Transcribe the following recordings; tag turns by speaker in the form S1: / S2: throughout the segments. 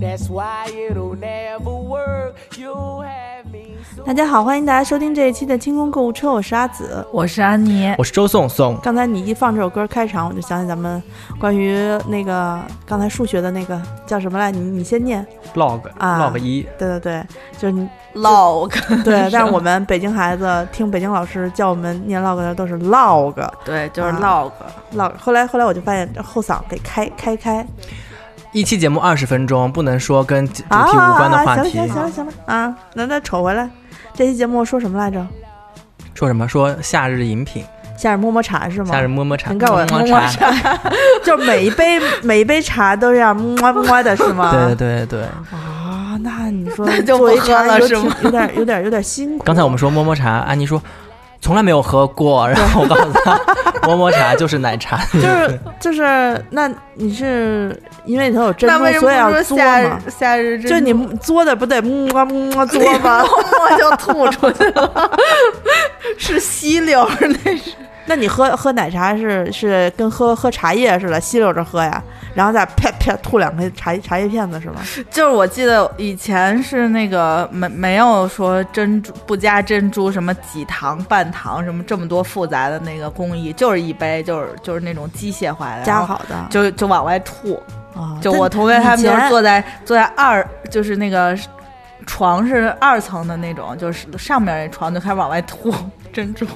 S1: That's why it'll never work. You'll have me so
S2: 大家好，欢迎大家收听这一期的清空购物车，我是阿紫。
S3: 我是安妮，
S4: 我是周颂颂，
S2: 刚才你一放这首歌开场，我就想起咱们关于那个刚才数学的那个叫什么来，你你先念。
S4: log
S2: 啊
S4: log 一，
S2: 对对对，就是你
S3: log，
S2: 对，但是我们北京孩子听北京老师叫我们念 log 的都是 log
S3: 对，就是
S2: 啊
S3: log，
S2: log。后来后来我就发现后嗓给开开开
S4: 一期节目二十分钟，不能说跟主题
S2: 啊
S4: 无关的话
S2: 啊啊
S4: 题
S2: 行了。行了行了行了啊，那那扯回来，这期节目说什么来着？
S4: 说什么？说夏日饮品，
S2: 夏日摸摸茶是吗？
S4: 夏日摸摸茶，
S2: 你看我
S4: 摸
S2: 摸摸
S4: 茶。
S2: 就是每一杯每一杯茶都这样么么的是吗？
S4: 对对对对，
S2: 啊，那你说
S3: 那就不
S2: 作为
S3: 喝了
S2: 茶有
S3: 是
S2: 挺
S3: 吗
S2: 有点有点有点辛苦。
S4: 刚才我们说摸摸茶，安妮说从来没有喝过，然后我告诉她，摸摸茶就是奶茶。
S2: 就是就是，那你是因为里头有珍
S3: 那为
S2: 珠，
S3: 什
S2: 所以
S3: 么
S2: 要
S3: 不
S2: 嘬
S3: 说夏日
S2: 嘛？
S3: 夏日珍
S2: 就你
S3: 珠
S2: 嘬的不得么么嘬
S3: 哎
S2: 吗？
S3: 我就吐出去了， 是吸溜儿那是。
S2: 那你喝喝奶茶是是跟喝喝茶叶似的，吸溜着喝呀，然后再啪啪吐两个茶茶叶片子是吗？
S3: 就是我记得以前是那个没没有说珍珠不加珍珠什么几糖半糖什么这么多复杂的那个工艺，就是一杯就是就是那种机械化的，
S2: 加
S3: 然后
S2: 好的啊
S3: 就就往外吐。，就
S2: 但
S3: 我同学他们
S2: 以
S3: 就
S2: 前
S3: 是坐在坐在二，就是那个床是二层的那种，就是上面那床就开始往外吐珍珠，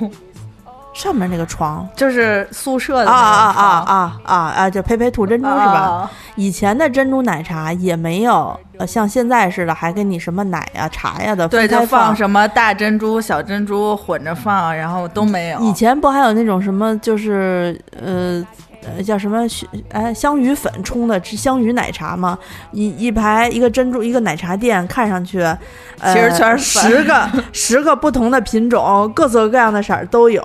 S2: 上面那个床。
S3: 就是宿舍的
S2: 啊
S3: 那
S2: 啊
S3: 种
S2: 啊
S3: 呃床
S2: 啊啊啊！就呸呸吐珍珠是吧？
S3: 啊
S2: 以前的珍珠奶茶也没有呃像现在似的，还给你什么奶呀、茶呀的
S3: 对，
S2: 分
S3: 就
S2: 开
S3: 放什么大珍珠、小珍珠混着放，然后都没有。
S2: 以前不还有那种什么，就是呃呃叫什么雪哎香芋粉冲的香芋奶茶吗？一一排一个珍珠一个奶茶店，看上去、呃、
S3: 其实全是粉
S2: 十个 十个不同的品种，各色各样的色儿都有。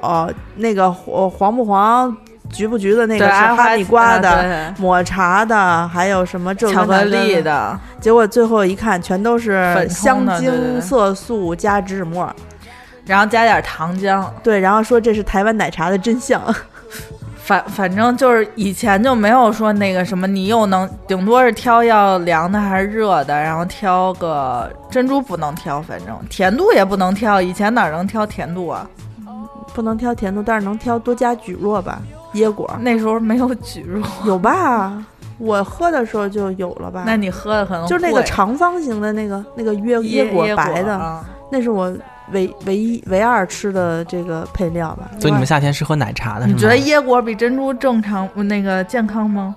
S2: 那个黄黄不黄、橘不橘的那
S3: 对
S2: 个是
S3: 阿
S2: 哈密瓜的。
S3: 的、
S2: 抹茶的，还有什么这
S3: 对
S2: 个
S3: 巧克
S2: 那个
S3: 力的，
S2: 结果最后一看，全都是
S3: 粉
S2: 香
S3: 冲的对对
S2: 精
S3: 对
S2: 色素加植脂末儿。
S3: 然后加点糖浆。
S2: 对，然后说这是台湾奶茶的真 相。
S3: 反反正就是以前就没有说那个什么，你又能顶多是挑要凉的还是热的，然后挑个珍珠不能挑，反正甜度也不能挑。以前哪能挑甜度啊？
S2: 不能挑甜度，但是能挑多加蒟蒻吧，椰果
S3: 那时候没有蒟蒻，
S2: 有吧？我喝的时候就有了吧？
S3: 嗯那你喝的可能
S2: 就是那个
S3: 贵
S2: 长方形的那个那个椰
S3: 椰
S2: 椰果
S3: 椰
S2: 白的，
S3: 啊
S2: 那是我唯唯一唯二吃的这个配料吧。
S4: 所以你们夏天是喝奶茶
S2: 嗯
S4: 的，是
S3: 你
S4: 吗？
S3: 觉得椰果比珍珠正常那个健康吗？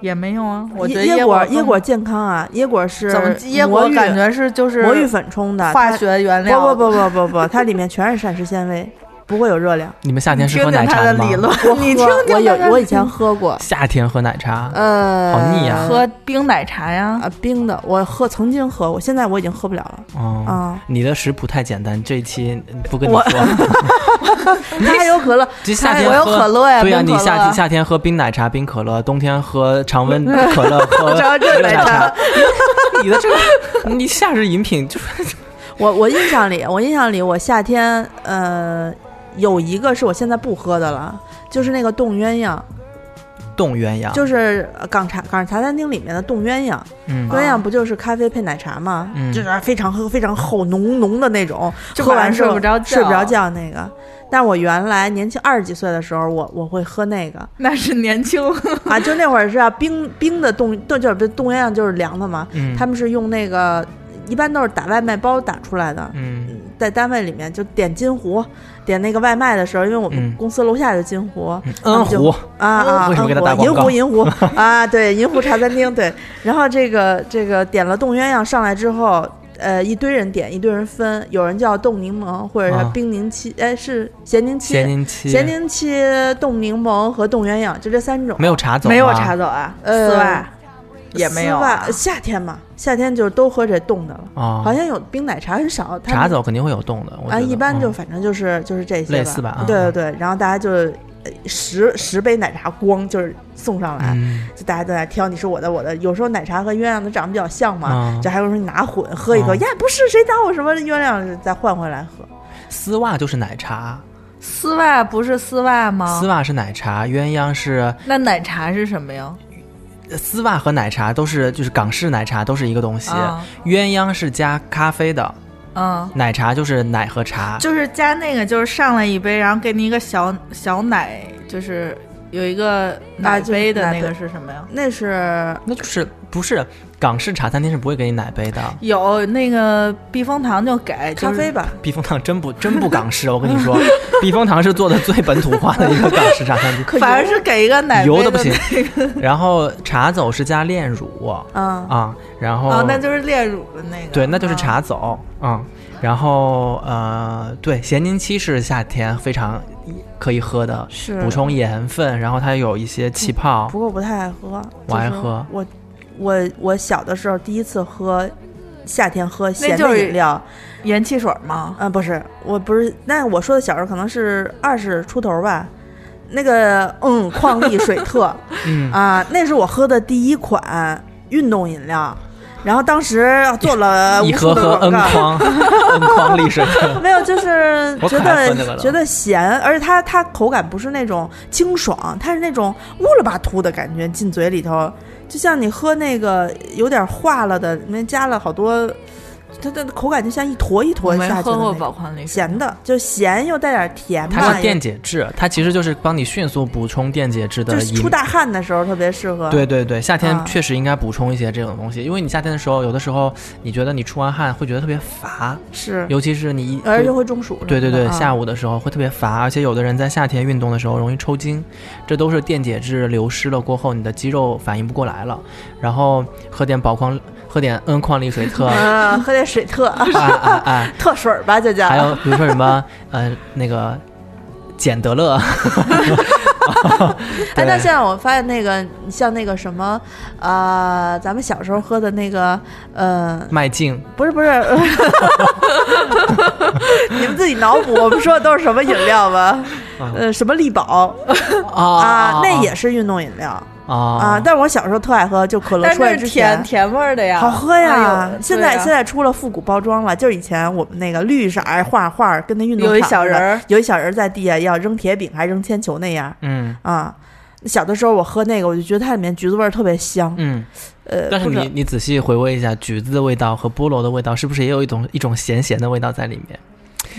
S3: 也没有啊，我觉得
S2: 椰椰
S3: 果
S2: 果椰
S3: 更
S2: 果健康啊，椰果是
S3: 怎么椰
S2: 魔
S3: 果
S2: 芋
S3: 感觉是就是
S2: 魔芋粉冲的
S3: 化学原料，
S2: 不不不不不不，它里面全是膳食纤维，不会有热量。
S4: 你们夏天
S3: 你
S4: 是
S3: 听
S4: 喝
S3: 听
S4: 奶
S3: 他
S4: 茶
S3: 的
S4: 的吗
S3: 理？论， 你听
S2: 喝
S3: 听
S2: 我有
S3: 他的
S2: 我
S3: 理
S2: 以前喝过，
S4: 夏天喝奶茶，
S2: 呃，
S4: 好腻啊
S3: 喝冰奶茶呀，
S2: 啊冰的，我喝曾经喝过，现在我已经喝不了了
S4: 哦，
S2: 啊。
S4: 你的食谱太简单，这一期不跟你
S3: 我
S4: 说。
S2: 它还有可乐，
S4: 这夏天
S3: 我有
S4: 喝
S3: 可乐呀，
S4: 对呀、
S3: 冰
S4: 你
S3: 可乐
S4: 夏夏天喝冰奶茶、冰可乐，冬天喝常温可乐、喝
S3: 常温
S4: 热
S3: 奶
S4: 奶
S3: 茶
S4: 茶。你的这个，你夏日饮品就是
S2: 我我印象里，我印象里，我夏天呃有一个是我现在不喝的了，就是那个冻鸳鸯，
S4: 啊冻鸳鸯，
S2: 就是呃港茶港茶餐厅里面的冻鸳鸯。
S4: 嗯
S2: 鸳鸯不就是咖啡配奶茶吗？
S4: 嗯
S2: 就是非常喝非常厚浓浓的那种，
S3: 就
S2: 喝
S3: 晚
S2: 完
S3: 上
S2: 之后
S3: 睡不着觉
S2: 睡不着觉那个。但我原来年轻二十几岁的时候，我我会喝那个
S3: 那是年 轻，
S2: 啊，就那会儿是啊、冰冰的冻冻就是冻鸳鸯就是凉的嘛，
S4: 嗯
S2: 他们是用那个一般都是打外卖包打出来的，
S4: 嗯
S2: 在单位里面就点金湖，点那个外卖的时候，因为我们
S4: 嗯
S2: 公司楼下就金湖，
S4: 嗯
S2: 他们
S4: 嗯
S2: 就
S4: 湖，
S2: 啊啊！
S4: 为什么给他打
S2: 嗯银
S4: 广告
S2: 湖银湖啊，对，银湖茶餐厅对。然后这个这个点了冻鸳鸯上来之后，呃，一堆人点，一堆人分，有人叫冻柠檬或者叫
S4: 啊
S2: 冰柠七，哎，是咸柠七，
S4: 咸宁七，
S2: 咸柠七冻柠檬和冻鸳鸯就这三种。
S4: 没有茶走，
S3: 没有茶，走啊，
S2: 呃
S3: 丝袜也没有
S2: 丝
S3: 啊
S2: 袜，夏天嘛，夏天就是都喝这冻的了，
S4: 哦
S2: 好像有冰奶茶很少。他
S4: 茶
S2: 们
S4: 走肯定会有冻的，我觉
S2: 啊，
S4: 得
S2: 一般就
S4: 嗯
S2: 反正就是就是这些
S4: 类似吧啊
S2: 对对对，然后大家就呃十十杯奶茶咣就是送上来，
S4: 嗯
S2: 就大家都在挑，你说我的我的，有时候奶茶和鸳鸯都长得比较像嘛，
S4: 啊
S2: 就还有人说你拿混喝一口，
S4: 啊
S2: 呀不是谁拿我什么鸳鸯，再换回来喝。
S4: 丝袜就是奶茶，
S3: 丝袜不是丝袜吗
S4: 丝？袜是奶茶，鸳�鸯是
S3: 那奶茶是什么呀？
S4: 丝袜和奶茶都是就是港式奶茶都是一个东西，
S3: 啊
S4: 鸳鸯是加咖啡的，
S3: 嗯，
S4: 奶茶就是奶和茶。
S3: 就是加那个，就是上来一杯，然后给你一个小小奶，就是有一个奶
S2: 啊就是
S3: 杯的
S2: 奶
S3: 那个
S2: 杯
S3: 是什么呀？
S2: 那是
S4: 那就是不是港式茶餐厅是不会给你奶杯的，
S3: 有那个避风塘就给
S2: 咖啡，吧？
S4: 避风塘真不真不港式，我跟你 说，避风塘是做的最本土化的一个港式茶餐
S3: 就是反正是给一个 奶杯
S4: 油
S3: 的
S4: 的不行。然后茶走是加炼乳
S2: 嗯，
S4: 啊，然后、
S3: 哦，那就是炼乳的那个。
S4: 对，那就是
S3: 嗯
S4: 茶走嗯。然后呃，对，咸宁七是夏天非常可以喝的，
S2: 是
S4: 补充盐分，然后它有一些气泡
S3: 嗯
S2: 不。过我不太爱喝，
S4: 我爱
S2: 就是
S4: 喝
S2: 我我我小的时候第一次喝夏天喝咸
S3: 就
S2: 的
S3: 是
S2: 饮料，
S3: 盐汽水吗？
S2: 嗯，不是，我不是，那我说的小时候可能是二十出头吧。那个嗯，矿力水 特
S4: 嗯，
S2: 啊，那是我喝的第一款运动饮料，然后当时做
S3: 呃
S2: 了
S4: 一
S2: 无数
S4: 盒
S2: 的广
S4: 盒 N
S2: 告。
S4: 框 N 框丽水，
S2: 没有，就是
S4: 我
S2: 觉
S4: 可爱喝那个
S2: 得
S4: 了
S2: 觉得咸，而且它它口感不是那种清爽，它是那种乌了吧秃的感觉进嘴里头，就像你喝那个有点化了的，里面加了好多，它的口感就像一坨一坨
S3: 没
S2: 下去
S3: 喝
S2: 的
S3: 过
S2: 那
S3: 宝
S2: 种。
S3: 矿力水，
S2: 咸的，就咸又带点甜吧，
S4: 它是
S2: 也
S4: 电解质，它其实就是帮你迅速补充电解质的
S2: 就是
S4: 饮
S2: 出大汗的时候特别适合。
S4: 对对对，夏天
S2: 啊
S4: 确实应该补充一些这种东西，因为你夏天的时候，有的时候你觉得你出完汗会觉得特别乏，
S2: 是，
S4: 尤其是你一
S2: 而嗯且
S4: 就
S2: 会中暑。
S4: 对对对，下
S2: 午。
S4: 午的时候会特别乏，而且有的人在夏天运动的时候容易抽筋，这都是电解质流失了过后，你的肌肉反应不过来了，然后喝点宝矿，喝点 N 矿力水特
S2: 啊，喝点水特
S4: 哎哎哎，
S2: 特水儿吧，就叫。
S4: 还有比如说 什么，呃，那个简德勒，
S2: 哎，那
S4: 对
S2: 现在我发现那个像那个什么，呃，咱们小时候喝的那个，呃，
S4: 麦静，
S2: 不是不是， 呃你们自己脑补，我们说的都是什么饮料吧？呃，什么力宝啊，
S4: 啊
S2: 那也是运动饮料
S4: 啊
S2: 啊。但是我小时候特爱喝，就可乐
S3: 但
S2: 出来
S3: 是
S2: 之
S3: 甜
S2: 前。
S3: 甜味儿的呀，
S2: 好喝呀！
S3: 哎呦
S2: 现在、
S3: 对呀
S2: 现在出了复古包装了，就是以前我们那个绿色儿画画儿，跟那运动
S3: 有一
S2: 场
S3: 小
S2: 似的
S3: 人儿，
S2: 有一小人儿在地下要扔铁饼还扔铅球那样
S4: 嗯
S2: 啊。小的时候我喝那个，我就觉得它里面橘子味儿特别香，
S4: 嗯，
S2: 呃，
S4: 但是
S2: 不
S4: 你
S2: 知
S4: 你仔细回味一下，橘子的味道和菠萝的味道，是不是也有一种一种咸咸的味道在里面？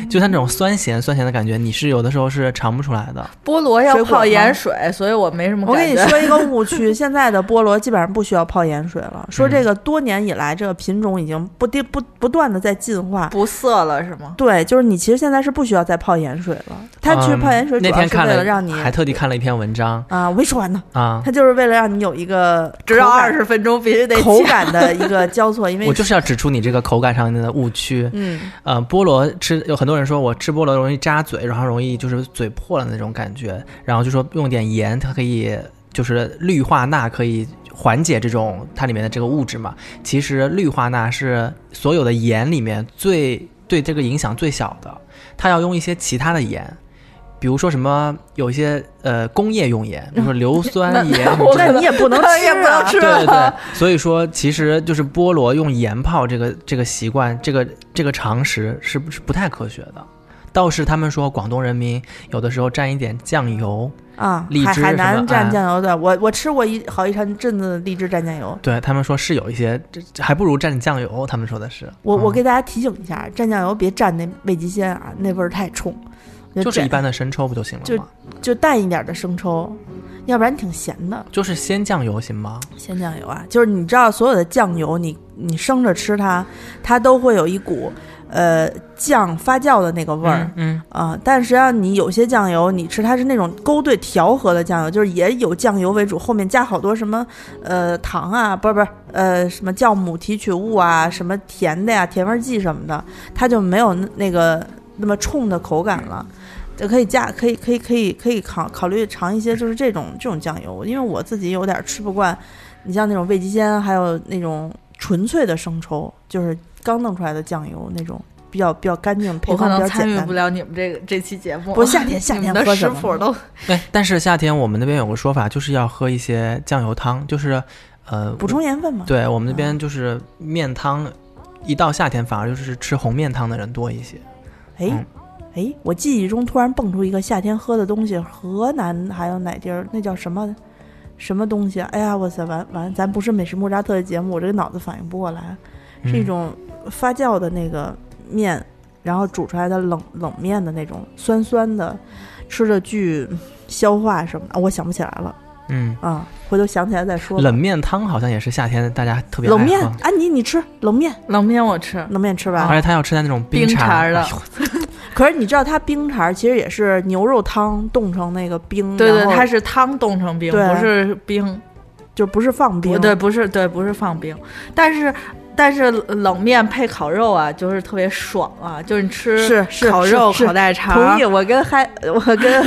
S4: 就它那种酸
S2: 嗯
S4: 咸酸咸的感觉，你是有的时候是尝不出来的。
S3: 菠萝
S2: 水
S3: 要
S2: 果
S3: 泡盐
S2: 吗
S3: 水，所以我没什么
S2: 我跟
S3: 感
S2: 你
S3: 觉。
S2: 说一个误区，现在的菠萝基本上不需要泡盐水了。说
S4: 嗯
S2: 这个多年以来，这个品种已经不定不不断的在进化。
S3: 不涩了是吗？
S2: 对，就是你其实现在是不需要再泡盐水了。它其实泡盐水
S4: 嗯
S2: 主
S4: 那
S2: 要
S4: 天
S2: 是
S4: 看
S2: 为了让你
S4: 还特地看了一篇文章
S2: 啊，我没说完呢，
S4: 啊，
S2: 它就是为了让你有一个
S3: 只要
S2: 口
S3: 二
S2: 感
S3: 十分钟，必须得
S2: 口
S3: 切
S2: 感的一 个交错，因为
S4: 我就是要指出你这个口感上的误区。
S2: 嗯，
S4: 呃，菠萝吃有很多人说我吃菠萝容易扎嘴，然后容易就是嘴破了那种感觉，然后就说用点盐，它可以就是氯化钠可以缓解这种它里面的这个物质嘛。其实氯化钠是所有的盐里面最对这个影响最小的，它要用一些其他的盐。比如说什么有一些呃工业用盐，比如说硫酸盐什么之类的，
S2: 那你也不能吃
S3: 也不能
S2: 啊
S3: 吃
S4: 对对对
S3: 了，
S4: 所以说其实就是菠萝用盐泡这个这个习惯，这个这个常识是不是不太科学的？倒是他们说广东人民有的时候蘸一点酱油，
S2: 啊
S4: 荔，
S2: 海
S4: 枝
S2: 海
S4: 什
S2: 南
S4: 么
S2: 蘸
S4: 哎
S2: 酱油的，我我吃过一好一长阵子荔枝蘸酱油。
S4: 对他们说是有一些，这这还不如蘸酱油。他们说的是，
S2: 我我
S4: 嗯
S2: 给大家提醒一下，蘸酱油别蘸那味极鲜啊，那味儿太冲。我觉得
S4: 就是
S2: 蘸
S4: 一般的生抽不就行了吗？
S2: 就淡一点的生抽，要不然挺咸的。
S4: 就是鲜酱油行吗？
S2: 鲜酱油啊，就是你知道所有的酱油，你你生着吃它，它都会有一股呃酱发酵的那个味儿。
S4: 嗯，
S2: 啊、但实际上你有些酱油，你吃它是那种勾兑调和的酱油，就是也有酱油为主，后面加好多什么呃糖啊，不是不是呃什么酵母提取物啊，什么甜的呀、甜味剂什么的，它就没有那那个那么冲的口感了。就可以加，可以可以可以可以考考虑尝一些就是这种这种酱油，因为我自己有点吃不惯，你像那种味极鲜，还有那种纯粹的生抽，就是刚弄出来的酱油那种比较比较干净，配
S3: 我可
S2: 方比
S3: 能
S2: 较简
S3: 参与
S2: 单
S3: 不。了你们这个这期节目。
S2: 不夏天 夏
S3: 你们
S2: 天
S3: 的
S2: 喝
S3: 食
S2: 什么
S3: 谱都
S4: 哎，但是夏天我们那边有个说法，就是要喝一些酱油汤，就是呃
S2: 补充盐嗯分嘛。
S4: 对我们那边就是面汤，一到夏天反而就是吃红面汤的人多一些。
S2: 哎
S4: 嗯
S2: 哎，我记忆中突然蹦出一个夏天喝的东西，河南还有哪地儿那叫什么什么东西啊？哎呀，哇塞，完完，咱不是美食莫扎特的节目，我这个脑子反应不过来，是
S4: 嗯
S2: 一种发酵的那个面，然后煮出来的冷冷面的那种酸酸的，吃着巨消化什么的，啊我想不起来了
S4: 嗯，
S2: 啊，回头想起来再说吧。
S4: 冷面汤好像也是夏天大家特别爱
S2: 冷面
S4: 喝，
S2: 安妮你吃冷面，
S3: 冷面我吃，
S2: 冷面吃吧。
S4: 而且他要吃在那种
S3: 冰
S4: 碴
S3: 碴儿的
S4: 哎呦
S2: 可是你知道它冰碴儿其实也是牛肉汤冻成那个冰，
S3: 对对
S2: 然，后
S3: 它是汤冻成冰，
S2: 对
S3: 不是冰，
S2: 就不是放冰
S3: 不，对，不是对，不是放冰，但是。但是冷面配烤肉啊，就是特别爽啊！就是你吃
S2: 是是
S3: 烤肉、
S2: 是是
S3: 烤大肠，
S2: 同意，我跟嗨，我跟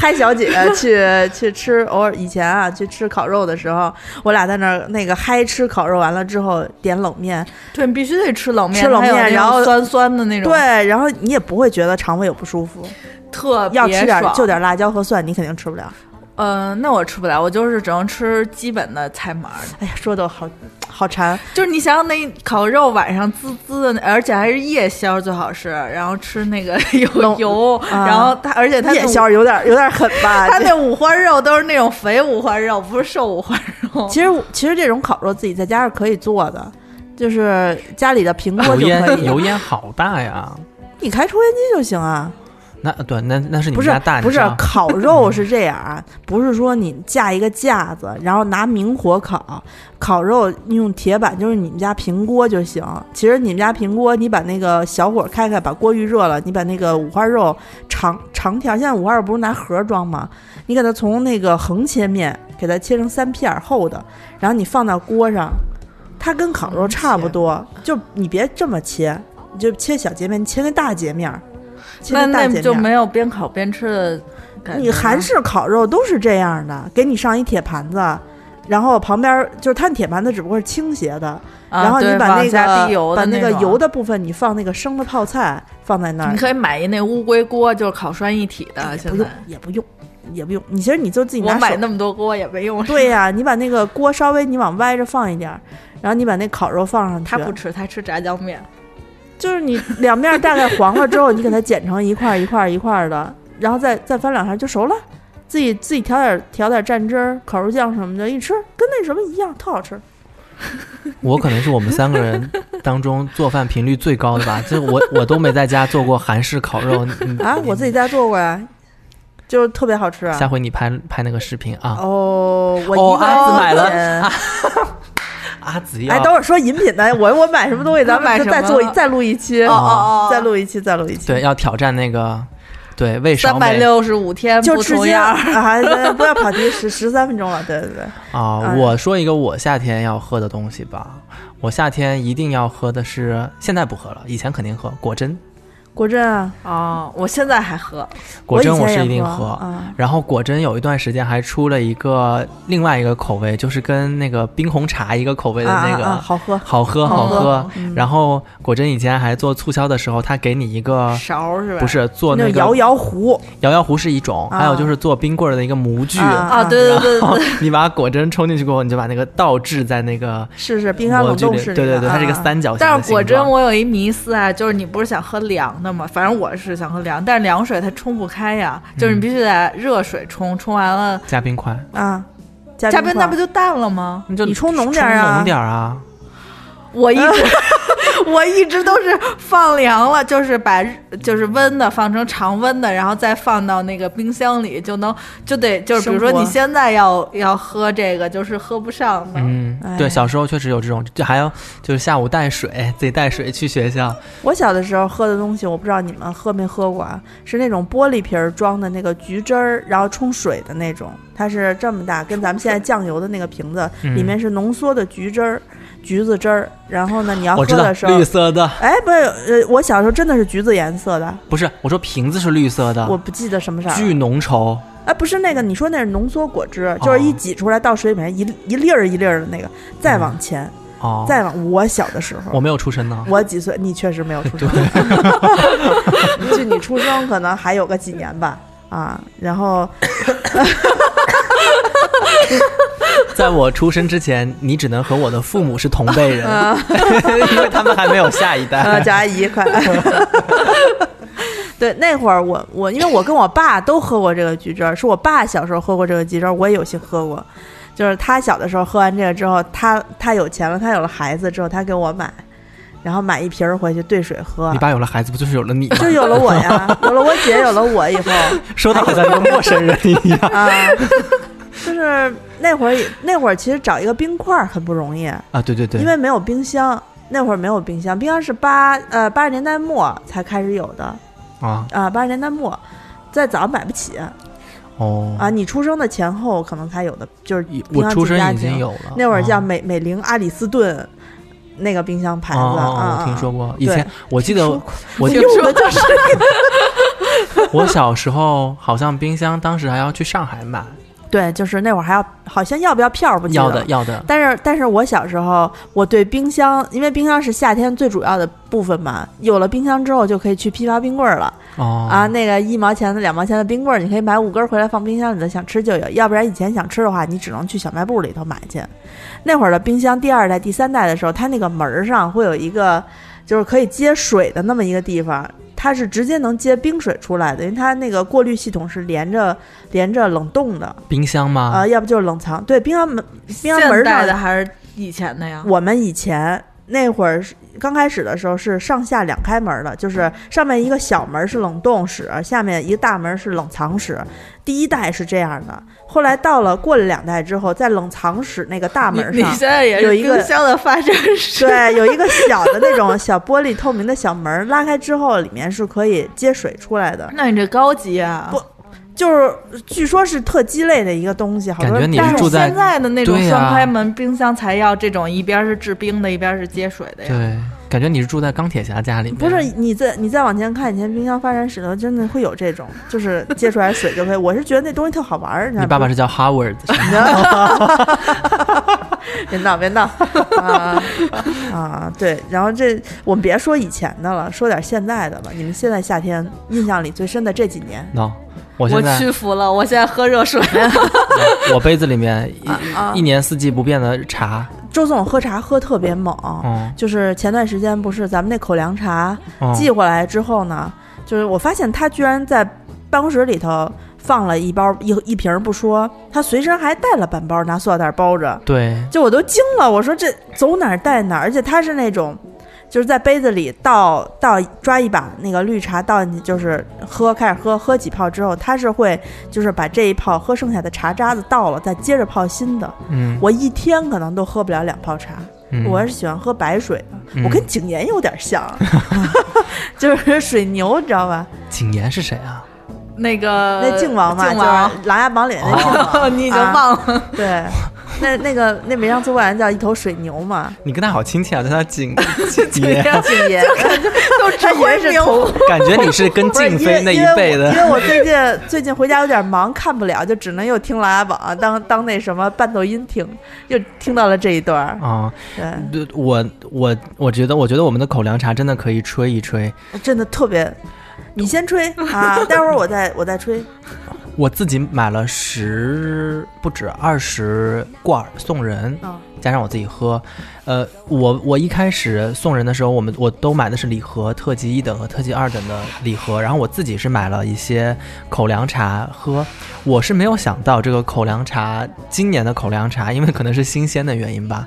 S2: 嗨小 姐去去吃，偶尔以前啊去吃烤肉的时候，我俩在那儿那个嗨吃烤肉，完了之后点冷面，
S3: 对，你必须得吃冷面，
S2: 吃冷
S3: 它有
S2: 面
S3: 那种
S2: 然后
S3: 酸酸的那种，，
S2: 对，然后你也不会觉得肠胃有不舒服，
S3: 特别
S2: 要吃点
S3: 爽
S2: 就点辣椒和蒜，你肯定吃不了。
S3: 呃，那我吃不了，我就是只能吃基本的菜码儿。
S2: 哎呀，说的好好馋，
S3: 就是你想想那烤肉晚上滋滋的，而且还是夜宵最好吃，然后吃那个 有
S2: 冷
S3: 油，
S2: 啊
S3: 然后它而且它那
S2: 夜宵有点有点狠 吧？
S3: 它那五花肉都是那种肥五花肉，不是瘦五花肉。
S2: 其实我其实这种烤肉自己在家是可以做的，就是家里的平锅
S4: 哎
S2: 就
S4: 油
S2: 可
S4: 烟
S2: 以，
S4: 油烟好大呀！
S2: 你开抽烟机就行啊。
S4: 那对，那那是你
S2: 不
S4: 们
S2: 是
S4: 家大，你
S2: 不
S4: 知
S2: 是
S4: 道
S2: 烤肉是这样啊，不是说你架一个架子，然后拿明火烤，烤肉用铁板就是你们家平锅就行。其实你们家平锅，你把那个小火开开，把锅预热了，你把那个五花肉长长条，现在五花肉不是拿盒装吗？你给它从那个横切面给它切成三片儿厚的，然后你放到锅上，它跟烤肉差不多，就你别这么切，你就切小截面，你切那大截面儿。切
S3: 那
S2: 大
S3: 那
S2: 截
S3: 就
S2: 面儿
S3: 没有边烤边吃的感觉。
S2: 你韩式烤肉都是这样的，给你上一铁盘子，然后旁边儿就是它铁盘子只不过是倾斜的，
S3: 啊，
S2: 然后你
S3: 对
S2: 把
S3: 往
S2: 那
S3: 下
S2: 个
S3: 滴油
S2: 把
S3: 的
S2: 那个
S3: 种
S2: 油的部分你放那个生的泡菜放在那儿
S3: 你，可以买一那乌龟锅，就是烤涮一体的。
S2: 哎不
S3: 现在
S2: 用也不用也不用，你其实你就自己
S3: 我
S2: 拿
S3: 买
S2: 手。
S3: 那么多锅也没用。
S2: 对呀、你把那个锅稍微你往歪着放一点儿，然后你把那烤肉放上去，
S3: 他不吃，他吃炸酱面。
S2: 就是你两面大概黄了之后，你给它剪成一块儿一块儿一块儿的，然后再再翻两下就熟了。自己自己调点儿调点儿蘸汁儿、烤肉酱什么的，一吃跟那什么一样，特好吃。
S4: 我可能是我们三个人当中做饭频率最高的吧，就是我我都没在家做过韩式烤 肉嗯你
S2: 啊，我自己在做过呀，就是特别好吃啊
S4: 下。回你拍拍那个视频啊，
S2: 哦，我一
S4: 哦
S2: 个
S4: 阿紫买了哎
S2: 人
S4: 阿紫要
S2: 哎，等会儿说饮品呢，我我买什么东西，咱
S3: 买
S2: 们
S3: 什
S2: 再
S3: 么
S2: 做一
S3: 了
S2: 再录一期，
S4: 哦哦
S2: 再录一期，再录一期。
S4: 对，要挑战那个对魏少
S3: 三百
S4: 美
S3: 六十五天
S2: 就
S3: 不
S2: 吃
S3: 重
S2: 惊
S3: 样
S2: 啊
S3: 儿。！
S2: 咱不要跑题，十十三分钟了，对对对。
S4: 啊！
S2: 嗯
S4: 我说一个我夏天要喝的东西吧，我夏天一定要喝的是现在不喝了，以前肯定喝果珍，
S2: 果真啊，
S3: 哦，我现在还喝，
S4: 果
S2: 以
S4: 珍我
S2: 前
S4: 是
S2: 也
S4: 一定
S2: 喝
S4: 喝。
S2: 啊。
S4: 然后果真有一段时间还出了一个另外一个口味，就是跟那个冰红茶一个口味的
S2: 啊
S4: 那个，
S2: 啊啊好嗯喝
S4: 好喝
S3: 好
S4: 好
S3: 喝
S4: 喝。然后果真以前还做促销的时候，他给你一
S2: 啊
S4: 个
S3: 勺儿是吧？
S4: 不是做
S2: 那
S4: 那
S2: 种
S4: 个
S2: 摇摇壶，
S4: 摇摇壶是一种，还有就是做冰棍儿的一个模具。
S2: 啊
S3: 啊，对对对对对，
S4: 你把果真冲进去过后，你就把那个倒置在那个
S2: 是是冰箱
S4: 模
S2: 冷
S4: 具
S2: 冻
S4: 里，
S2: 室
S4: 对
S2: 里的。
S4: 对对，它是一个
S2: 啊。
S4: 三角形的
S3: 但是果
S4: 形状
S3: 真，我有一迷思啊，就是你不是想喝凉的吗？反正我是想喝凉，但是凉水它冲不开呀，就是
S2: 嗯
S3: 你必须得热水冲，冲完了
S4: 加冰块，
S2: 啊啊，加
S3: 嘉
S2: 冰
S3: 宾
S2: 块
S3: 那不就淡了吗？
S4: 你就
S2: 你冲浓
S4: 浓
S2: 点儿啊
S4: 浓点儿啊。
S3: 我一直 我一直都是放凉了，就是把就是温的放成常温的，然后再放到那个冰箱里，就能就得就是比如说
S2: 生活
S3: 你现在要要喝这个，就是喝不上的。
S4: 嗯，对，
S2: 哎
S4: 小时候确实有这种，就还要就是下午带水，自己带水去学校。
S2: 我小的时候喝的东西，我不知道你们喝没喝过啊，是那种玻璃瓶儿装的那个橘汁儿，然后冲水的那种，它是这么大，跟咱们现在酱油的那个瓶子，
S4: 嗯
S2: 里面是浓缩的橘汁儿、橘子汁儿。然后呢，你啊要喝
S4: 我知道
S2: 的时候
S4: 绿，色的
S2: 哎，不是，呃，我小时候真的是橘子颜色的，
S4: 不是，我说瓶子是绿色的
S2: 我，不记得什么色儿
S4: 啊巨
S2: 了。
S4: 浓稠。
S2: 哎，不是那个，你说那是浓缩果汁，
S4: 哦
S2: 就是一挤出来到水里面一一粒儿一粒儿的那个，再往前，
S4: 哦，
S2: 再往我小的时候
S4: 我。没有出生呢。
S2: 我几岁？你确实没有出生。 就你出生可能还有个几年吧，啊，然 后
S4: 在我出生之前，你只能和我的父母是同辈人，
S2: 啊
S4: 因为他们还没有下一
S2: 呃，
S4: 代。
S2: 叫阿姨快。 对，那会儿我我因为我跟我爸都喝过这个橘汁儿，是我爸小时候喝过这个橘汁儿，我也有幸喝过。就是他小的时候喝完这个之后，他他有钱了，他有了孩子之后，他给我买，然后买一瓶儿回去兑水喝
S4: 你，爸有了孩子，不就是有了你吗？
S2: 就有了我 呀，有了我姐，有了我以后
S4: 说的好像一个陌生人一样。
S2: 啊，就是那会儿也那会儿其实找一个冰块儿很不容易，
S4: 啊，对对对，
S2: 因为没有冰箱，那会儿没有冰箱，冰箱是八呃八十年代末才开始有的
S4: 啊
S2: 啊，八十年代末。再早买不起
S4: 嗯哦
S2: 啊！你出生的前后可能才有的，就是
S4: 一
S2: 冰
S4: 我
S2: 箱
S4: 出
S2: 进家
S4: 生已经
S2: 庭
S4: 有了，
S2: 那会儿叫
S4: 啊
S2: 美、美菱阿里斯顿那个冰箱牌子
S4: 哦
S2: 啊、
S4: 哦
S2: 啊
S4: 我听说过。以
S2: 对
S4: 前我记得
S2: 说过
S4: 我记
S2: 用
S4: 得
S2: 的就是
S4: 我小时候好像冰箱当时还要去上海买，
S2: 对，就是那会儿还要好像要不要票儿不记得
S4: 要
S2: 了啊
S4: 的要的，
S2: 但是，但是我小时候，我对冰箱，因为冰箱是夏天最主要的部分嘛，有了冰箱之后就可以去批发冰棍儿了、
S4: 哦
S2: 啊。那个一毛钱的、两毛钱的冰棍儿，你可以买五根儿回来放冰箱里头，想吃就有。要不然以前想吃的话，你只能去小卖部里头买去。那会儿的冰箱，第二代、第三代的时候，它那个门儿上会有一个就是可以接水的那么一个地方，它是直接能接冰水出来的，因为它那个过滤系统是连着连着冷冻的
S4: 冰箱
S2: 啊、
S4: 吗？
S2: 要不就是冷藏。对，冰箱门冰箱门
S3: 现
S2: 儿上
S3: 代的还是以前的呀？
S2: 我们以前那会儿是刚开始的时候是上下两开门的，就是上面一个小门是冷冻室，下面一个大门是冷藏室。第一代是这样的，后来到了过了两代之后，在冷藏室那个大
S3: 你
S2: 门
S3: 你
S2: 上
S3: 现。在也是
S2: 有一个
S3: 冰箱的发展史，
S2: 对，有一个小的那种小玻璃透明的小门，拉开之后里面是可以接水出来的，
S3: 那你这高级啊！
S2: 不就是据说是特鸡肋的一个东西，好多
S4: 感觉
S2: 人
S4: 你
S3: 但
S4: 是
S3: 是
S4: 住在
S3: 现在的那种
S4: 对呀
S3: 双开门冰箱才要这种一边是制冰的，一边是接水的呀。
S4: 对，感觉你是住在钢铁侠家里面，
S2: 不是你再你再往前看，以前冰箱发展史头真的会有这种，就是接出来水就可以。我是觉得那东西特好玩儿，你知
S4: 你
S2: 道
S4: 爸
S2: 吗
S4: 爸？是 叫 Howard，是吗
S2: 别闹别闹啊啊！对，然后这我们别说以前的了，说点现在的吧。你们现在夏天印象里最深的这几年
S4: no，我
S3: 我
S4: 现在
S3: 屈服了，我现在喝热水。
S4: 我杯子里面
S2: 啊
S4: 一一年四季不变的茶，
S2: 周总喝茶喝特别猛，
S4: 嗯，
S2: 就是前段时间不是咱们那口凉茶
S4: 嗯
S2: 寄过来之后呢，就是我发现他居然在办公室里头放了一包一一瓶儿不说，他随身还带了半包，拿塑料袋包着。
S4: 对，
S2: 就我都惊了，我说这走哪儿带哪儿，而且它是那种，就是在杯子里倒倒抓一把那个绿茶倒进去，就是喝，开始喝，喝几泡之后，它是会就是把这一泡喝剩下的茶渣子倒了，再接着泡新的。
S4: 嗯，
S2: 我一天可能都喝不了两泡茶，
S4: 嗯
S2: 我还是喜欢喝白水的。
S4: 嗯
S2: 我跟景言有点像，啊 就是水牛，你知道吧？
S4: 景言是谁啊？
S3: 那个
S2: 那靖王嘛，
S3: 呃靖
S2: 就是
S3: 王，
S2: 《琅琊榜》里的那
S4: 哦
S2: 靖王，
S3: 你已经
S2: 啊
S3: 忘了。
S2: 对，那那个那梅香醋灌篮叫一头水牛嘛。
S4: 你跟他好亲切啊，叫 他景景言，
S2: 敬业，
S3: 都
S2: 他 以为是同
S4: 感觉你是跟
S2: 不是
S4: 静
S2: 因为
S4: 妃那一
S2: 因为
S4: 辈
S2: 我
S4: 的
S2: 因。为我最近最近回家有点忙，看不了，就只能又听琅琊榜当当那什么伴奏音听，又听到了这一段儿。
S4: 啊、
S2: 对，
S4: 对我我我觉得，我觉得我们的口粮茶真的可以吹一吹。
S2: 真的特别。你先吹啊，待会儿我再我再吹。
S4: 我自己买了十不止二十罐儿送人，
S2: 啊
S4: 加上我自己喝。呃，我我一开始送人的时候，我们我都买的是礼盒，特级一等和特级二等的礼盒。然后我自己是买了一些口粮茶喝。我是没有想到这个口粮茶，今年的口粮茶，因为可能是新鲜的原因吧。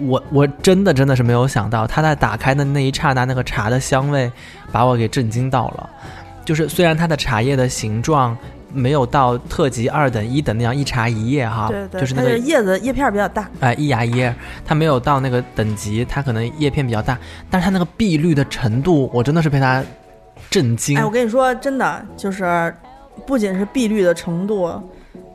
S4: 我我真的真的是没有想到，它在打开的那一刹那，那个茶的香味把我给震惊到了。就是虽然它的茶叶的形状没有到特级二等、一等那样一茶一叶哈，
S2: 对对，
S4: 就是那
S2: 它
S4: 个
S2: 叶子叶片儿比较大，
S4: 哎，一芽一叶，它没有到那个等级，它可能叶片比较大，但是它那个碧绿的程度，我真的是被它震惊。
S2: 哎，我跟你说，真的就是，不仅是碧绿的程度，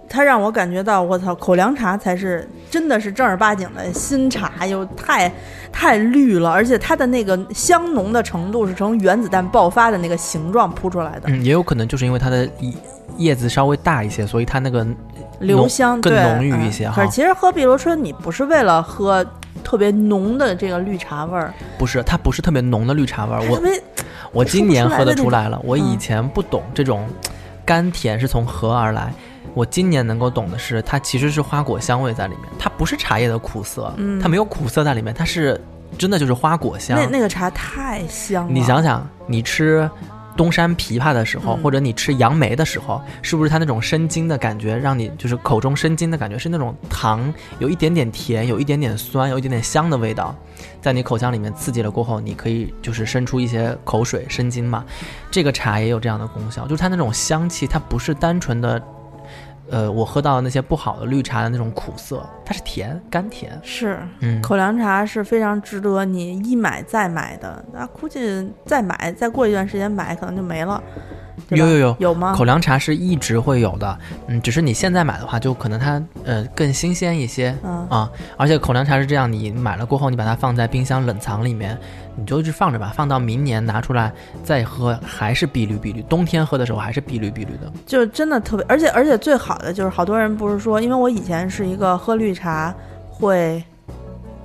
S2: 它让我感觉到，我操，口粮茶才是真的是正儿八经的新茶，又太太绿了，而且它的那个香浓的程度是从原子弹爆发的那个形状铺出来的，
S4: 嗯，也有可能就是因为它的叶叶子稍微大一些，所以它那个
S2: 留
S4: 浓
S2: 香
S4: 更
S2: 对
S4: 浓郁一
S2: 嗯
S4: 些
S2: 可
S4: 哈
S2: 是。其实喝碧螺春，你不是为了喝特别浓的这个绿茶味儿，
S4: 不是，它不是特别浓的绿茶味儿。
S2: 特
S4: 啊我
S2: 别
S4: 我今年喝得出来了，我
S2: 嗯
S4: 以前不懂这种甘甜是从何而来。我今年能够懂的是，它其实是花果香味在里面，它不是茶叶的苦涩，
S2: 嗯
S4: 它没有苦涩在里面，它是真的就是花果香。
S2: 那那个茶太香了。
S4: 你想想，你吃东山枇杷的时候，
S2: 嗯
S4: 或者你吃杨梅的时候，是不是它那种生津的感觉，让你就是口中生津的感觉，是那种糖有一点点甜，有一点点酸，有一点点香的味道，在你口腔里面刺激了过后，你可以就是生出一些口水生津嘛。这个茶也有这样的功效，就是它那种香气，它不是单纯的。呃，我喝到那些不好的绿茶的那种苦涩，它是甜，甘甜。
S2: 是
S4: 嗯，
S2: 口粮茶是非常值得你一买再买的，那估计再买再过一段时间买可能就没了。对吧
S4: 有有有
S2: 有吗？
S4: 口粮茶是一直会有的，嗯，只是你现在买的话，就可能它呃更新鲜一些
S2: 嗯
S4: 啊。而且口粮茶是这样，你买了过后，你把它放在冰箱冷藏里面，你就一直放着吧，放到明年拿出来再喝，还是碧绿碧绿。冬天喝的时候还是碧绿碧绿的。
S2: 就真的特别，而且而且最好的就是好多人不是说，因为我以前是一个喝绿茶会，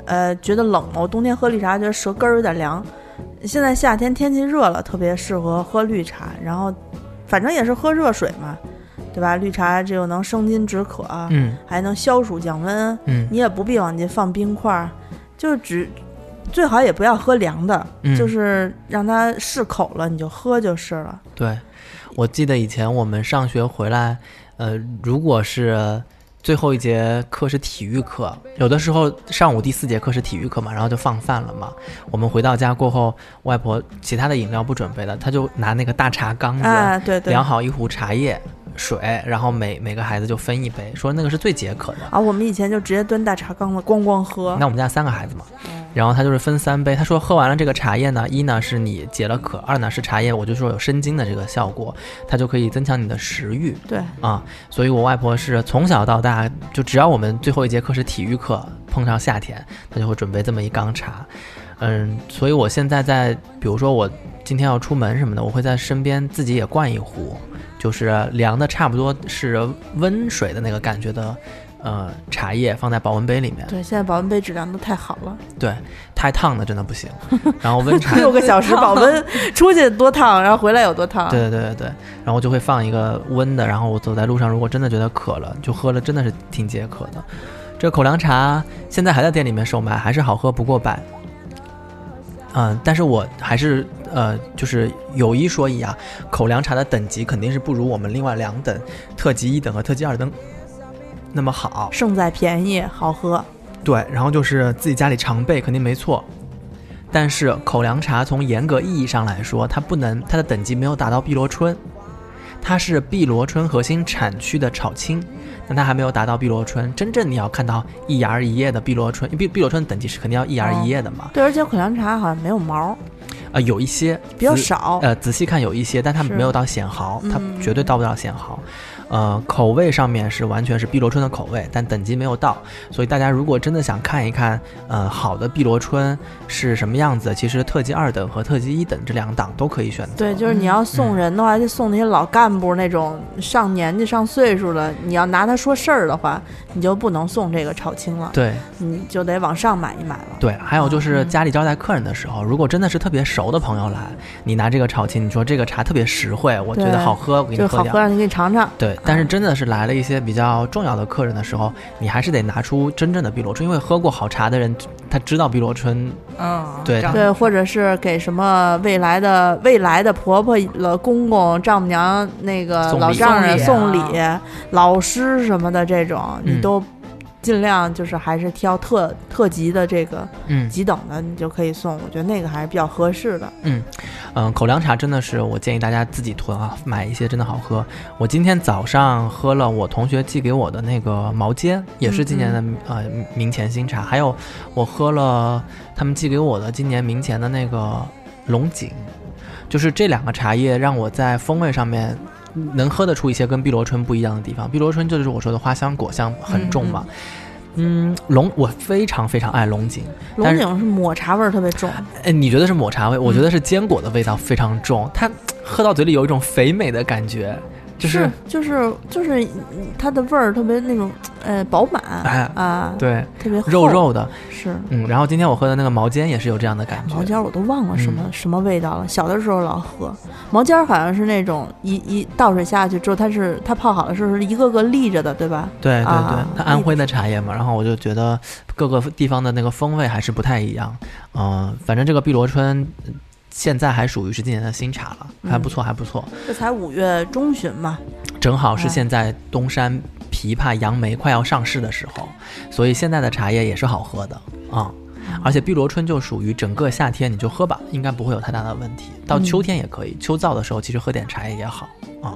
S2: 呃，觉得冷嘛，我冬天喝绿茶觉得舌根儿有点凉，现在夏天天气热了，特别适合喝绿茶，然后反正也是喝热水嘛，对吧？绿茶这又能生津止渴，啊
S4: 嗯
S2: 还能消暑降温，
S4: 嗯
S2: 你也不必往进放冰块儿，就只最好也不要喝凉的，
S4: 嗯，
S2: 就是让它适口了你就喝就是了。
S4: 对，我记得以前我们上学回来，呃，如果是最后一节课是体育课，有的时候上午第四节课是体育课嘛，然后就放饭了嘛。我们回到家过后，外婆其他的饮料不准备了，她就拿那个大茶缸子、
S2: 啊，对对，
S4: 量好一壶茶叶、水，然后每每个孩子就分一杯，说那个是最解渴的。
S2: 啊，我们以前就直接蹲大茶缸子咣咣喝
S4: 那。我们家三个孩子嘛，然后他就是分三杯。他说喝完了这个茶叶呢，一呢是你解了渴，二呢是茶叶，我就说有生津的这个效果，它就可以增强你的食欲
S2: 对，
S4: 啊。所以我外婆是从小到大，就只要我们最后一节课是体育课，碰上夏天，她就会准备这么一缸茶。嗯，所以我现在在，比如说我今天要出门什么的，我会在身边自己也灌一壶，就是凉的差不多是温水的那个感觉的，呃，茶叶放在保温杯里面。
S2: 对，现在保温杯质量都太好 了，
S4: 对，太烫了真的不行。 然后温 茶，
S2: 六个小时保 温，出去多烫，然后回来有多烫。
S4: 对对对对对，然后就会放一个温的，然后我走在路上，如果真的觉得渴了，就喝了，真的是挺解渴的。这口粮茶现在还在店里面售卖，还是好喝不过百。嗯，但是我还是呃，就是有一说一啊，口粮茶的等级肯定是不如我们另外两等特级一等和特级二等那么好。
S2: 胜在便宜，好喝。
S4: 对，然后就是自己家里常备，肯定没错。但是口粮茶从严格意义上来说，它不能，它的等级没有达到碧螺春，它是碧螺春核心产区的炒青，但它还没有达到碧螺春。真正你要看到一芽儿一叶的碧螺春，因为碧碧螺春等级是肯定要一芽儿一叶的嘛，
S2: 对，而且口粮茶好像没有毛，
S4: 啊、有一些
S2: 比较
S4: 仔
S2: 少。
S4: 呃，仔细看有一些，但它
S2: 是
S4: 没有到显毫，它
S2: 嗯
S4: 绝对到不到显毫。呃，口味上面是完全是碧螺春的口味，但等级没有到，所以大家如果真的想看一看，呃，好的碧螺春是什么样子，其实特级二等和特级一等这两档都可以选择。
S2: 对，就是
S4: 嗯
S2: 你要送人的话，就送那些老干部那种上年纪、上岁数的，你要拿他说事儿的话，你就不能送这个炒青了，
S4: 对
S2: 你就得往上买一买了。
S4: 对，还有
S2: 哦
S4: 就是家里招待客人的时候，如果真的是特别熟的朋友来，你拿这个炒青，你说这个茶特别实惠，我觉得
S2: 对
S4: 好喝，我给你
S2: 就是
S4: 喝
S2: 好
S4: 点
S2: 喝，
S4: 儿。
S2: 让你给你尝尝。
S4: 对，但是真的是来了一些比较重要的客人的时候，你还是得拿出真正的碧螺春，因为喝过好茶的人，他知道碧螺春，
S3: 嗯，
S4: 对
S3: 长
S2: 对，或者是给什么未来的未来的婆婆、了公公、丈母娘、那个
S4: 送礼
S2: 老丈人
S3: 送
S2: 送
S3: 礼
S2: 礼
S3: 啊、
S2: 老师什么的这种，
S4: 嗯
S2: 你都尽量就是还是挑特特级的这个
S4: 嗯
S2: 几等的，你就可以送。我觉得那个还是比较合适的。
S4: 嗯，口粮茶真的是我建议大家自己囤啊，买一些真的好喝。我今天早上喝了我同学寄给我的那个毛尖，也是今年的呃明前新茶，还有我喝了他们寄给我的今年明前的那个龙井，就是这两个茶叶让我在风味上面。能喝得出一些跟碧螺春不一样的地方，碧螺春就是我说的花香果香很重嘛。嗯，龙我非常非常爱龙井，但
S2: 龙井
S4: 是
S2: 是抹茶味儿特别重，
S4: 哎，你觉得是抹茶味？我
S2: 嗯
S4: 觉得是坚果的味道非常重，它喝到嘴里有一种肥美的感觉，就是
S2: 就是就是它的味儿特别那种呃饱满
S4: 哎
S2: 啊，
S4: 对
S2: 特别厚
S4: 肉肉的，
S2: 是。
S4: 嗯。然后今天我喝的那个毛尖也是有这样的感觉
S2: 毛，尖儿我都忘了什么、什么味道了，小的时候老喝。毛尖儿好像是那种一一倒水下去之后，它是它泡好的时候是一个个立着的，对吧？
S4: 对对对，
S2: 啊
S4: 它安徽的茶叶嘛。然后我就觉得各个地方的那个风味还是不太一样，嗯、反正这个碧螺春。现在还属于是今年的新茶了，还
S2: 嗯
S4: 不错，还不错，
S2: 这才五月中旬嘛，
S4: 正好是
S2: 哎
S4: 现在东山枇杷、杨梅快要上市的时候，所以现在的茶叶也是好喝的啊。而且碧螺春就属于整个夏天你就喝吧，应该不会有太大的问题。到秋天也可以，秋燥的时候其实喝点茶叶也好啊。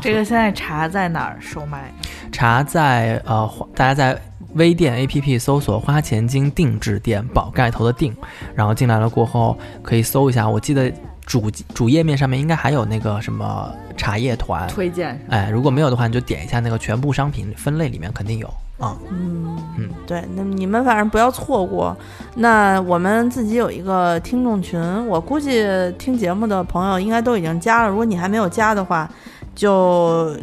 S3: 这个现在茶在哪儿售卖？
S4: 茶在呃，花大家在微店 APP 搜索“花钱精定制店”，宝盖头的定，然后进来了过后可以搜一下。我记得主主页面上面应该还有那个什么茶叶团，
S3: 推荐
S4: 哎，如果没有的话，你就点一下那个全部商品分类里面肯定有
S2: 嗯
S4: 啊、
S2: 对，那你们反正不要错过。那我们自己有一个听众群，我估计听节目的朋友应该都已经加了。如果你还没有加的话，就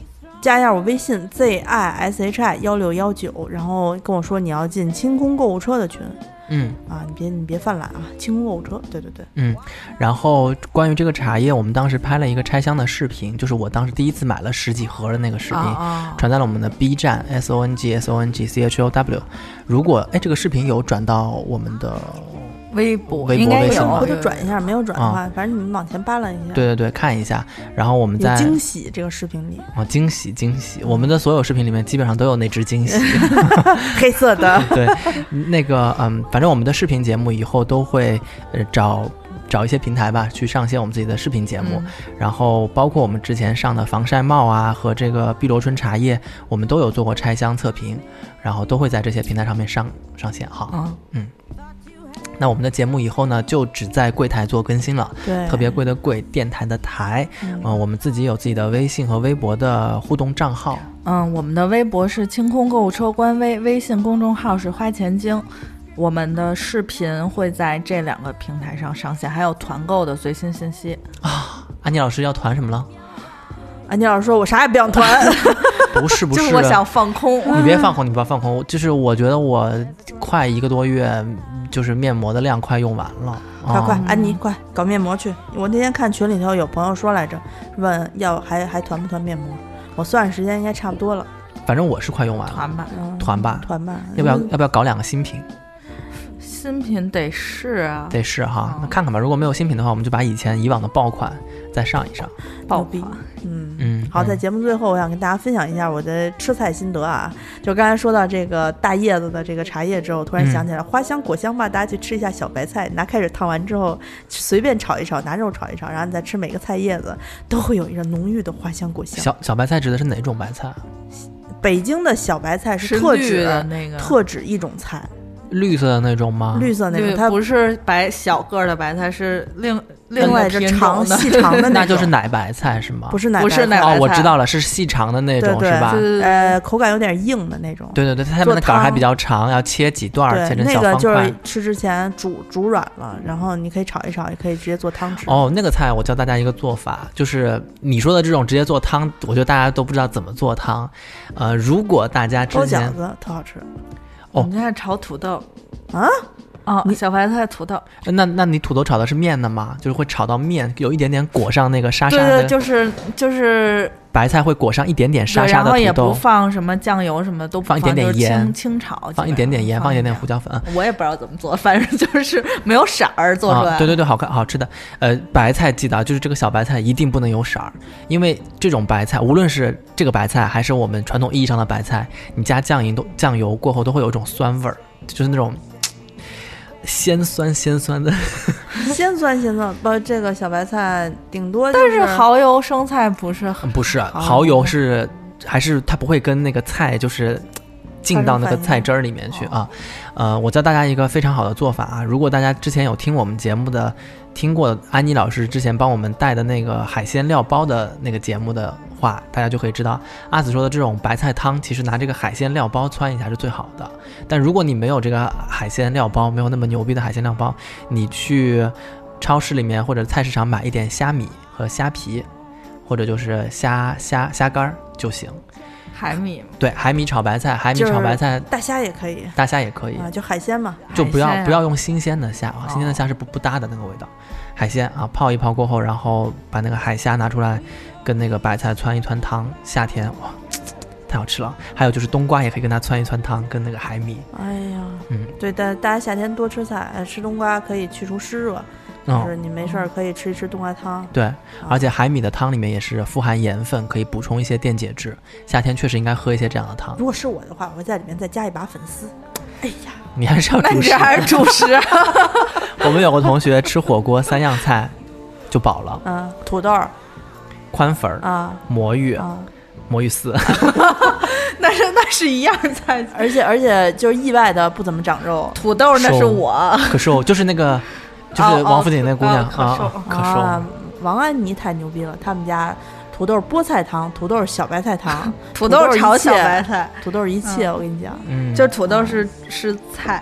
S2: 加一下我微信 z i s h i 幺六幺九，然后跟我说你要进清空购物车的群
S4: 嗯
S2: 啊，你别你别犯懒啊，清空购物车。对对对，
S4: 嗯，然后关于这个茶叶，我们当时拍了一个拆箱的视频，就是我当时第一次买了十几盒的那个视频，
S2: 哦
S3: 啊
S4: 传在了我们的 B 站 S O N G S O N G C H O W。如果哎这个视频有转到我们的，
S3: 微博
S4: 微博
S3: 应该
S4: 微
S2: 是
S4: 信嗯
S2: 你
S3: 有
S2: 回头转一下，没有转的话，反正你们往前扒拉一下。
S4: 啊对对对，看一下，然后我们
S2: 有
S4: 再
S2: 惊喜，这个视频里
S4: 哦惊喜惊喜，我们的所有视频里面基本上都有那只惊喜。
S2: 黑色 的，
S4: 对，那个嗯，反正我们的视频节目以后都会呃找找一些平台吧，去上线我们自己的视频节目，
S3: 嗯
S4: 然后包括我们之前上的防晒帽啊和这个碧螺春茶叶，我们都有做过拆箱测评，然后都会在这些平台上面上上线哈。
S3: 嗯，
S4: 那我们的节目以后呢，就只在柜台做更新了，
S2: 对，
S4: 特别贵的贵，电台的台，嗯、我们自己有自己的微信和微博的互动账号，
S3: 嗯，我们的微博是清空购物车官微，微信公众号是花钱精。我们的视频会在这两个平台上上线，还有团购的最新信息。
S4: 安妮老师要团什 么了？
S2: 安妮老师说：“我啥也不 想团。
S4: 啊不是不，
S3: 就是是我想放空，嗯
S4: 你
S2: 嗯
S4: 别放空，你不要放空，就是我觉得我快一个多月，就是面膜的量快用完了，
S2: 快快
S4: 啊！，
S2: 安妮，快搞面膜去！我那天看群里头有朋友说来着，问要还还团不团面膜？我算时间应该差不多了，
S4: 反正我是快用完了，
S3: 团吧。
S2: 嗯
S4: 团吧
S2: 团吧，
S4: 要不要
S2: 嗯
S4: 要不要搞两个新品？
S3: 新品得试啊，
S4: 得是哈，那看看吧。如果没有新品的话，我们就把以前以往的爆款再上一上。
S3: 爆
S2: 牛逼
S3: 款。
S2: 嗯。
S4: 嗯，
S2: 好，
S4: 嗯
S2: 在节目最后，我想跟大家分享一下我的吃菜心得啊。就刚才说到这个大叶子的这个茶叶之后，突然
S4: 嗯
S2: 想起来，花香果香吧，大家去吃一下小白菜，拿开水烫完之后，随便炒一炒，拿肉炒一炒，然后你再吃每个菜叶子，都会有一个浓郁的花香果香。
S4: 小小白菜指的是哪种白菜？
S2: 北京的小白菜
S3: 是
S2: 是特
S3: 绿
S2: 指
S3: 的那个
S2: 特指一种菜，
S4: 绿色的那种吗？
S2: 绿色那
S3: 对
S2: 种，，它
S3: 不是白小个儿的白菜，是另另
S2: 另
S3: 外
S2: 外是长细长的
S4: 那
S2: 那
S4: 就
S2: 种
S4: 是奶白菜是吗？
S2: 不是奶
S3: 不
S2: 白
S3: 是
S2: 菜
S3: 奶白
S4: 哦
S3: 菜，，
S4: 我知道了，是细长的那
S2: 对
S4: 种
S2: 对
S4: 是吧？
S3: 对对
S2: 呃，口感有点硬的那种。
S4: 对对对，它下面的
S2: 做
S4: 杆儿还
S2: 汤
S4: 比较长，要切几段儿，切
S2: 对，
S4: 成
S2: 那
S4: 小
S2: 个
S4: 方
S2: 就
S4: 块
S2: 是。吃之前煮煮软了，然后你可以炒一炒，也可以直接做汤吃。
S4: 哦，那个菜我教大家一个做法，就是你说的这种直接做汤，我觉得大家都不知道怎么做汤。呃，如果大家
S2: 包
S4: 之
S2: 饺
S4: 前
S2: 子特好吃
S3: 我
S4: 哦
S3: 们家炒土豆
S2: 啊！
S3: 啊，小白菜土豆，
S4: 那那你土豆炒的是面的吗？就是会炒到面有一点点裹上那个沙沙
S3: 对
S4: 的，
S3: 对，就是就是，
S4: 白菜会裹上一点点沙
S3: 对
S4: 沙
S3: 然
S4: 的
S3: 后也不
S4: 土豆，
S3: 放什么酱油什么都不
S4: 放一点点
S3: 就是
S4: 盐
S3: 清清炒，
S4: 放一点点盐，
S3: 基本上
S4: 放一点点胡。椒粉。嗯
S3: 我也不知道怎么做，反正就是没有色儿做出来。
S4: 啊。对对对，好看好吃的。呃，白菜记得啊，就是这个小白菜一定不能有色儿，因为这种白菜，无论是这个白菜还是我们传统意义上的白菜，你加酱油都酱油过后都会有一种酸味儿，就是那种。鲜酸鲜酸的，
S2: 鲜酸鲜酸，不，这个小白菜顶多就
S3: 但是蚝油生菜不是很
S4: 不是啊蚝油是还是它不会跟那个菜就是进到那个菜汁儿里面去啊。呃，我教大家一个非常好的做法啊，如果大家之前有听我们节目的，听过安妮老师之前帮我们带的那个海鲜料包的那个节目的话，大家就可以知道啊阿紫说的这种白菜汤，其实拿这个海鲜料包汆一下是最好的。但如果你没有这个海鲜料包，没有那么牛逼的海鲜料包，你去超市里面或者菜市场买一点虾米和虾皮，或者就是虾虾虾干儿就行。嗯
S3: 海米嘛
S4: 对，海米炒白菜，海米
S2: 就是
S4: 炒白菜，
S2: 大虾也可以
S4: 大虾也可以，
S2: 啊，就海鲜嘛。
S4: 就不要
S3: 海鲜啊哦
S4: 不要用新鲜的虾啊，新鲜的虾是不不搭的那个味道。海鲜啊，泡一泡过后，然后把那个海虾拿出来，跟那个白菜汆一汆汤，夏天哇。太好吃了，还有就是冬瓜也可以跟它汆一汆汤，跟那个海米，
S2: 哎呀，
S4: 嗯，
S2: 哎对，大大家夏天多吃菜，呃吃冬瓜可以去除湿热，就
S4: 嗯
S2: 是你没事儿可以吃一吃冬瓜汤。
S4: 对，
S3: 哦
S4: 而且海米的汤里面也是富含盐分，可以补充一些电解质。夏天确实应该喝一些这样的汤
S2: 如。果是我的话，我会在里面再加一把粉丝。哎呀，
S4: 你还是要
S3: 那
S4: 主
S3: 你
S4: 食
S3: 这。还是主食？
S4: 我们有个同学吃火锅三样菜就饱了，
S2: 嗯，土豆儿
S4: 宽粉儿、
S2: 啊
S4: 魔芋、
S3: 哦
S2: 啊，
S4: 魔芋丝。
S3: 那是那是一样菜。
S2: 而且而且就是意外的不怎么长肉，
S3: 土豆那是
S4: 瘦
S3: 我，
S4: 可瘦就是那个，就
S3: 哦哦
S4: 是王府井那姑娘
S3: 可
S4: 啊，
S3: 瘦
S4: 啊可
S2: 啊
S4: 瘦。，
S2: 王安妮太牛逼了，他们家土豆菠菜汤、土豆小白菜汤、
S3: 土豆炒
S2: 一切
S3: 小白菜，
S2: 土豆一切，我跟你讲，
S4: 嗯，
S3: 就土豆是是菜。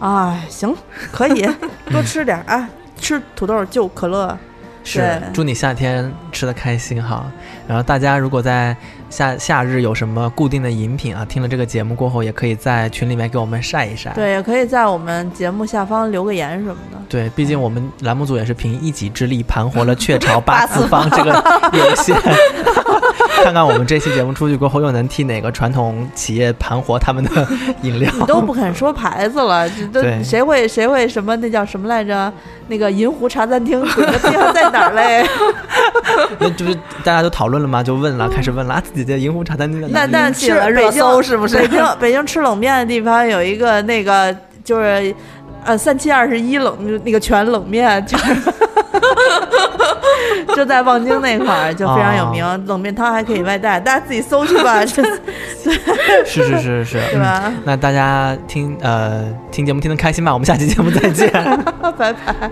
S2: 哎，行，可以多吃点儿啊，吃土豆就可乐，
S4: 是
S2: 对
S4: 祝你夏天吃的开心哈。然后大家如果在夏夏日有什么固定的饮品啊，听了这个节目过后，也可以在群里面给我们晒一晒。
S2: 对，也可以在我们节目下方留个言什么的。
S4: 对，毕竟我们栏目组也是凭一己之力盘活了雀巢
S3: 八
S4: 八次方这个 游戏。看看我们这期节目出去过后，又能替哪个传统企业盘活他们的饮料？
S2: 你都不肯说牌子了，这都
S4: 对
S2: 谁会谁会什么那叫什么来着？那个银湖茶餐厅鬼个屁还在哪儿嘞？
S4: 那就是大家都讨论了吗？就问了，开始问了，啊，自己的银湖茶餐厅在哪
S2: 那
S4: 里
S2: 那
S3: 引起
S2: 吃
S3: 了热
S2: 北京
S3: 搜 是不是
S2: 北京北京吃冷面的地方有一个那个就是呃三七二十一冷那个全冷面，就是 就在望京那块儿就非常有名，
S3: 哦
S2: 冷面汤还可以外带，大家自己搜去 吧，这
S4: 是是是是，
S2: 对吧
S4: 嗯那大家听呃听节目听得开心吧，我们下期节目再见。
S2: 拜拜。